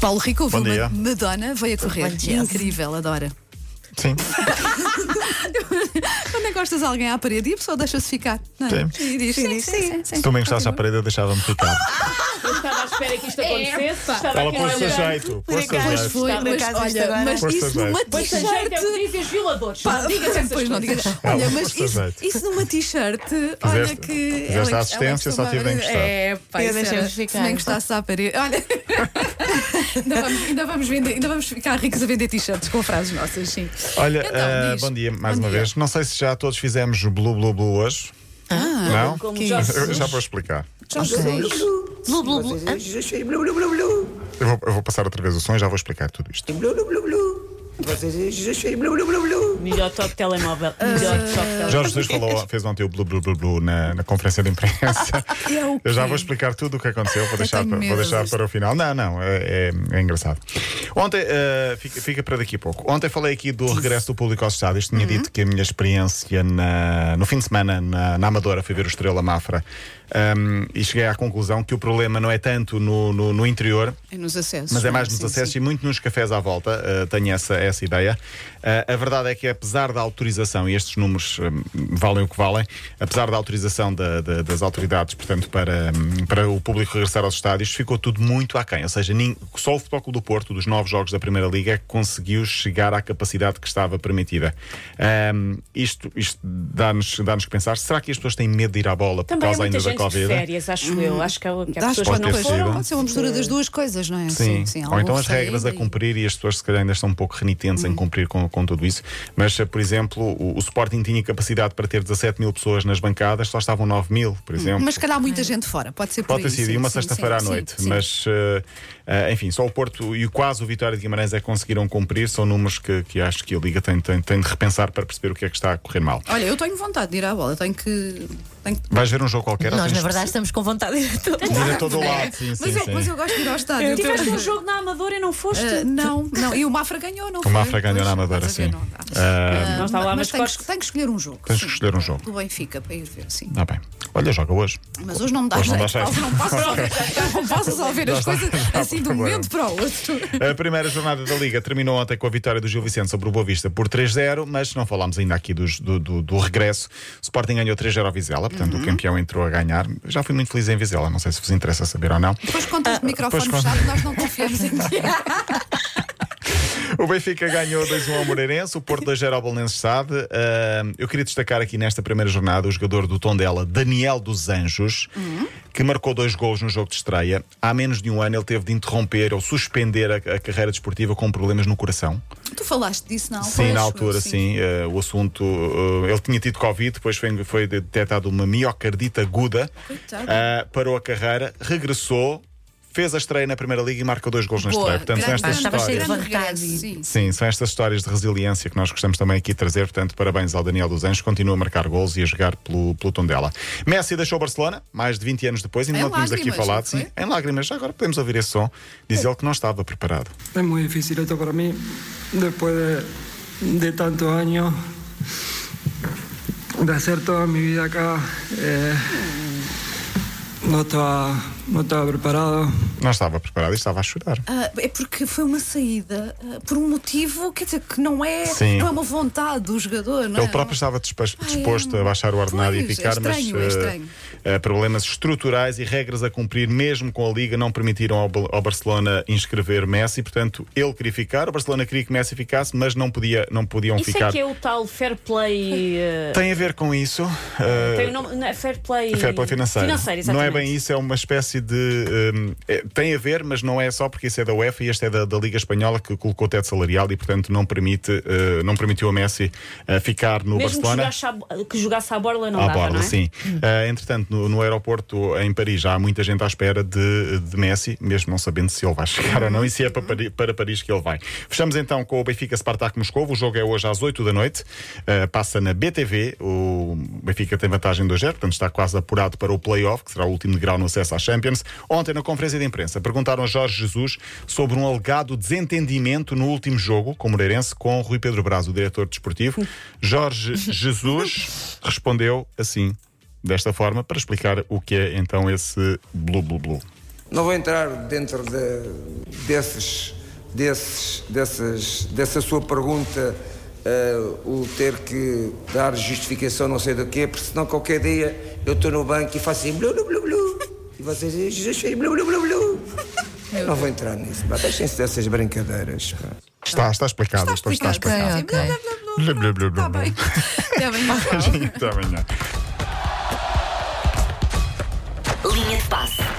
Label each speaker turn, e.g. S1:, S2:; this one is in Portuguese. S1: Paulo Rico ouviu
S2: Bom dia.
S1: Ma- Madonna, veio a correr.
S3: Bom dia.
S1: Incrível, adora.
S2: Sim.
S1: Quando encostas alguém à parede e a pessoa deixa-se ficar. Não é?
S2: Sim.
S1: E diz sim, sim, sim.
S2: Se tu me encostasse à parede, eu deixava-me ficar.
S4: Estava à espera que isto acontecesse. É, Estava
S2: Fala
S4: aqui
S2: com
S4: a
S2: o seu
S4: olhar.
S2: jeito. Força,
S1: Pois
S2: jeito.
S1: foi,
S3: Está
S1: mas
S3: por acaso isto
S1: olha,
S3: agora.
S1: mas
S2: Força
S1: isso numa
S2: jeito.
S4: Pois seja, é o
S1: t-shirt.
S4: que dizem os violadores.
S1: Pá,
S4: Não digas essas
S1: pois não digas.
S4: coisas.
S1: Olha,
S2: Ela
S1: mas
S2: força
S1: isso,
S2: jeito.
S1: isso numa t-shirt, olha
S2: Fizeste-
S1: que.
S2: fizeste
S1: ela-
S2: a
S1: ela
S2: assistência, só
S1: costuma-
S2: tive de encostar.
S1: É, pá,
S3: Eu
S1: isso
S3: deixei-vos
S1: era-
S3: ficar.
S1: Se não encostasse à parede. Olha. ainda, vamos, ainda, vamos vender, ainda vamos ficar ricos a vender t-shirts com frases nossas, sim.
S2: Olha,
S1: Então,
S2: ah,
S1: diz.
S2: bom dia mais
S1: Bom
S2: uma
S1: dia.
S2: vez. Não sei se já todos fizemos Blue Blue Blue hoje. não?
S4: Como
S2: Eu-
S4: já
S2: eu
S4: se-
S2: já vou explicar.
S3: Blu, blu, blu. Ah,
S5: Vocês blu blu blu blu.
S2: Eu vou, eu vou passar outra vez o som e já vou explicar tudo isto.
S5: Blu blu blu blu. Vocês blu blu blu blu.
S4: Melhor toque telemóvel. Melhor toque telemóvel.
S2: Jorge Jesus falou, fez ontem o Blue Blue Blue Blue na, na conferência de imprensa.
S1: É o
S2: Eu já
S1: quê?
S2: vou explicar tudo o que aconteceu, vou deixar,
S1: tenho
S2: pa-
S1: medo
S2: vou deixar
S1: disto.
S2: para o final. Não, não, é, é- é engraçado. Ontem, eh, fica, fica para daqui a pouco. Ontem falei aqui do regresso do público aos estádios. Tinha
S1: Uhum.
S2: dito que a minha experiência na- no fim de semana na, na Amadora fui ver o Estrela Mafra ahm, e cheguei à conclusão que o problema não é tanto no- no- no interior.
S1: É nos acessos.
S2: Mas é
S1: não
S2: mais nos
S1: Sim,
S2: acessos
S1: sim.
S2: e muito nos cafés à volta, eh, tenho essa, essa ideia. Eh, a verdade é que, apesar da autorização, e estes números hum, valem o que valem, apesar da autorização da- da- das autoridades, portanto, para, hum, para o público regressar aos estádios, ficou tudo muito aquém. Ou seja, nin- só o Futebol Clube do Porto, dos nove jogos da Primeira Liga, é que conseguiu chegar à capacidade que estava permitida. Ahm, isto isto dá-nos dá que pensar, será que as pessoas têm medo de ir à bola por
S4: Também há
S2: causa
S4: muita
S2: ainda da
S4: gente de
S2: Covid?
S4: férias, acho eu. Acho que há que há
S1: Acho
S4: pessoas
S1: que
S4: que
S2: Pode
S4: não
S2: ter sido.
S4: foram.
S1: Pode ser uma mistura das duas coisas, não é?
S2: Sim, ou
S1: algum
S2: então as
S1: receio
S2: regras
S1: e- Uhum.
S2: a cumprir e as pessoas se calhar ainda estão um pouco renitentes em cumprir com, com tudo isso. Mas, eh, por exemplo, o, o Sporting tinha capacidade para ter 17 mil pessoas nas bancadas, só estavam 9 mil, por exemplo.
S1: Hum, Mas se calhar há muita gente fora, pode ser por
S2: Pode ter
S1: aí,
S2: sido,
S1: sim,
S2: e uma
S1: sim,
S2: sexta-feira à
S1: sim,
S2: noite.
S1: sim, sim.
S2: Mas, eh, eh, enfim, só o Porto e o quase o Vitória de Guimarães é que conseguiram cumprir. São números que, que acho que a Liga tem, tem, tem de repensar para perceber o que é que está a correr mal.
S1: Olha, eu tenho vontade de ir à bola, tenho que. Tenho que...
S2: Vais ver um jogo qualquer? ou
S3: Nós, na
S2: tens-
S3: verdade, estamos com vontade de tudo.
S2: Ir a todo lado, sim,
S1: mas,
S2: sim,
S1: eu,
S2: sim.
S1: mas eu gosto de ir ao estádio.
S4: Tiveste um jogo na Amadora e não foste?
S1: Ah, não, não, e o Mafra ganhou, não
S2: O
S1: foi?
S2: Mafra ganhou
S1: Pois,
S2: na Amadora,
S1: estás a
S2: sim.
S1: ver, não dá.
S2: Ah,
S4: Não está lá,
S1: mas
S4: mas
S1: tenho,
S4: cortes.
S1: que- tenho que escolher um jogo.
S2: Tens que
S1: sim.
S2: escolher um jogo.
S1: Do Benfica para ir ver, sim.
S2: Está bem. Olha, joga hoje.
S1: Mas hoje não me dá
S2: Hoje não
S1: jeito.
S2: dá
S1: Paulo,
S2: jeito.
S1: não posso resolver, não posso resolver as
S2: Já está-
S1: coisas
S2: já está
S1: assim de um
S2: problema.
S1: momento para o outro.
S2: A primeira jornada da Liga terminou ontem com a vitória do Gil Vicente sobre o Boa Vista por 3-0, mas não falámos ainda aqui dos- do, do- do regresso. O Sporting ganhou 3-0 ao Vizela, portanto o campeão entrou a ganhar. Já fui muito feliz em Vizela, não sei se vos interessa saber ou não.
S1: Depois
S4: Ah,
S1: contas de microfone
S2: depois conta.
S1: fechado, nós não confiamos em ti.
S2: O Benfica ganhou 2-1 ao Moreirense, o Porto 2-0 ao Belenenses Sade. Ahm, eu queria destacar aqui nesta primeira jornada o jogador do Tondela, Daniel dos Anjos, que marcou dois gols no jogo de estreia. Há menos de um ano ele teve de interromper ou suspender a- a carreira desportiva com problemas no coração.
S1: Tu falaste disso na altura.
S2: Sim, na
S1: acho
S2: altura,
S1: eu,
S2: sim. Eh, o assunto. eh, ele tinha tido Covid, depois foi, foi detectado uma miocardite aguda.
S1: Coitado.
S2: Ah, parou a carreira, regressou, fez a estreia na Primeira Liga e marca dois gols na
S1: Boa,
S2: estreia. Portanto, são
S1: grande-
S2: estas
S3: estava
S2: histórias.
S3: cheio de
S1: grande regresso,
S3: vontade.
S1: sim.
S2: Sim, são estas histórias de resiliência que nós gostamos também aqui de trazer. Portanto, parabéns ao Daniel dos Anjos, continua a marcar gols e a jogar pelo, pelo Tondela. Messi deixou o Barcelona, mais de 20 anos depois, ainda
S1: Em
S2: não tínhamos aqui
S1: lágrimas,
S2: falado.
S1: não
S2: Sim, em lágrimas, já agora podemos ouvir esse som. Diz ele que não estava preparado.
S6: Es muy É difícil esto para mí, después de, de tantos años, de hacer toda mi vida acá. eh, no, estaba, no estaba preparado.
S2: Não estava preparado e estava a chorar.
S1: Ah, é porque foi uma saída ah, por um motivo, quer dizer, que não é,
S2: Sim.
S1: não é uma vontade do jogador, não é?
S2: Ele próprio estava dispas-
S1: Ai,
S2: disposto
S1: é.
S2: a baixar o ordenado e a
S1: Pois,
S2: ficar,
S1: é
S2: mas
S1: estranho, é
S2: eh,
S1: estranho.
S2: eh, problemas estruturais e regras a cumprir, mesmo com a Liga, não permitiram ao, Bal- ao Barcelona inscrever Messi. Portanto, ele queria ficar, o Barcelona queria que Messi ficasse, mas não, podia, não podiam
S4: Isso
S2: ficar.
S4: é que é o tal fair play. eh,
S2: Tem a ver com isso. eh,
S4: Tem o nome. não é Fair play.
S2: Fair play financeiro.
S4: Financeiro,
S2: não
S4: exatamente.
S2: é bem isso, é uma espécie de. hum, é- tem a ver, mas não é só porque isso é da UEFA e este é da, da Liga Espanhola que colocou o teto salarial e, portanto, não, permite, eh, não permitiu a Messi eh, ficar no
S4: Mesmo que
S2: Barcelona.
S4: jogasse, à bo- que jogasse à borla, não
S2: à
S4: dava,
S2: borda,
S4: não é?
S2: sim. Ah, entretanto, no, no aeroporto em Paris já há muita gente à espera de, de Messi, mesmo não sabendo se ele vai chegar ou não e se é para Paris, para Paris que ele vai. Fechamos então com o Benfica Spartak Moscovo. O jogo é hoje às 8 da noite. Ah, passa na BTV. O Benfica tem vantagem 2-0, portanto está quase apurado para o playoff, que será o último degrau no acesso à Champions. Ontem, na conferência de imprensa, perguntaram a Jorge Jesus sobre um alegado desentendimento no último jogo com o Moreirense com Rui Pedro Braz, o diretor desportivo. Jorge Jesus respondeu assim, desta forma, para explicar o que é então esse blu blu blu.
S5: Não vou entrar dentro de, desses, desses, dessas, dessa sua pergunta, eh, o ter que dar justificação não sei do quê, porque senão qualquer dia eu estou no banco e faço assim blu blu blu blu e vocês dizem blu blu blu blu. Eu não vou entrar nisso, pá, deixem-se dessas brincadeiras. Pá.
S2: Está, está explicado.
S1: Está
S2: então Está
S1: explicado.
S2: explicado.
S1: Sim, blá, blá, blá, blá.
S2: Blá, blá, blá, blá,
S1: Está
S2: blá.
S1: bem. Está bem,
S2: Tá
S1: Marcelo.
S2: Até amanhã.
S7: Linha de passe.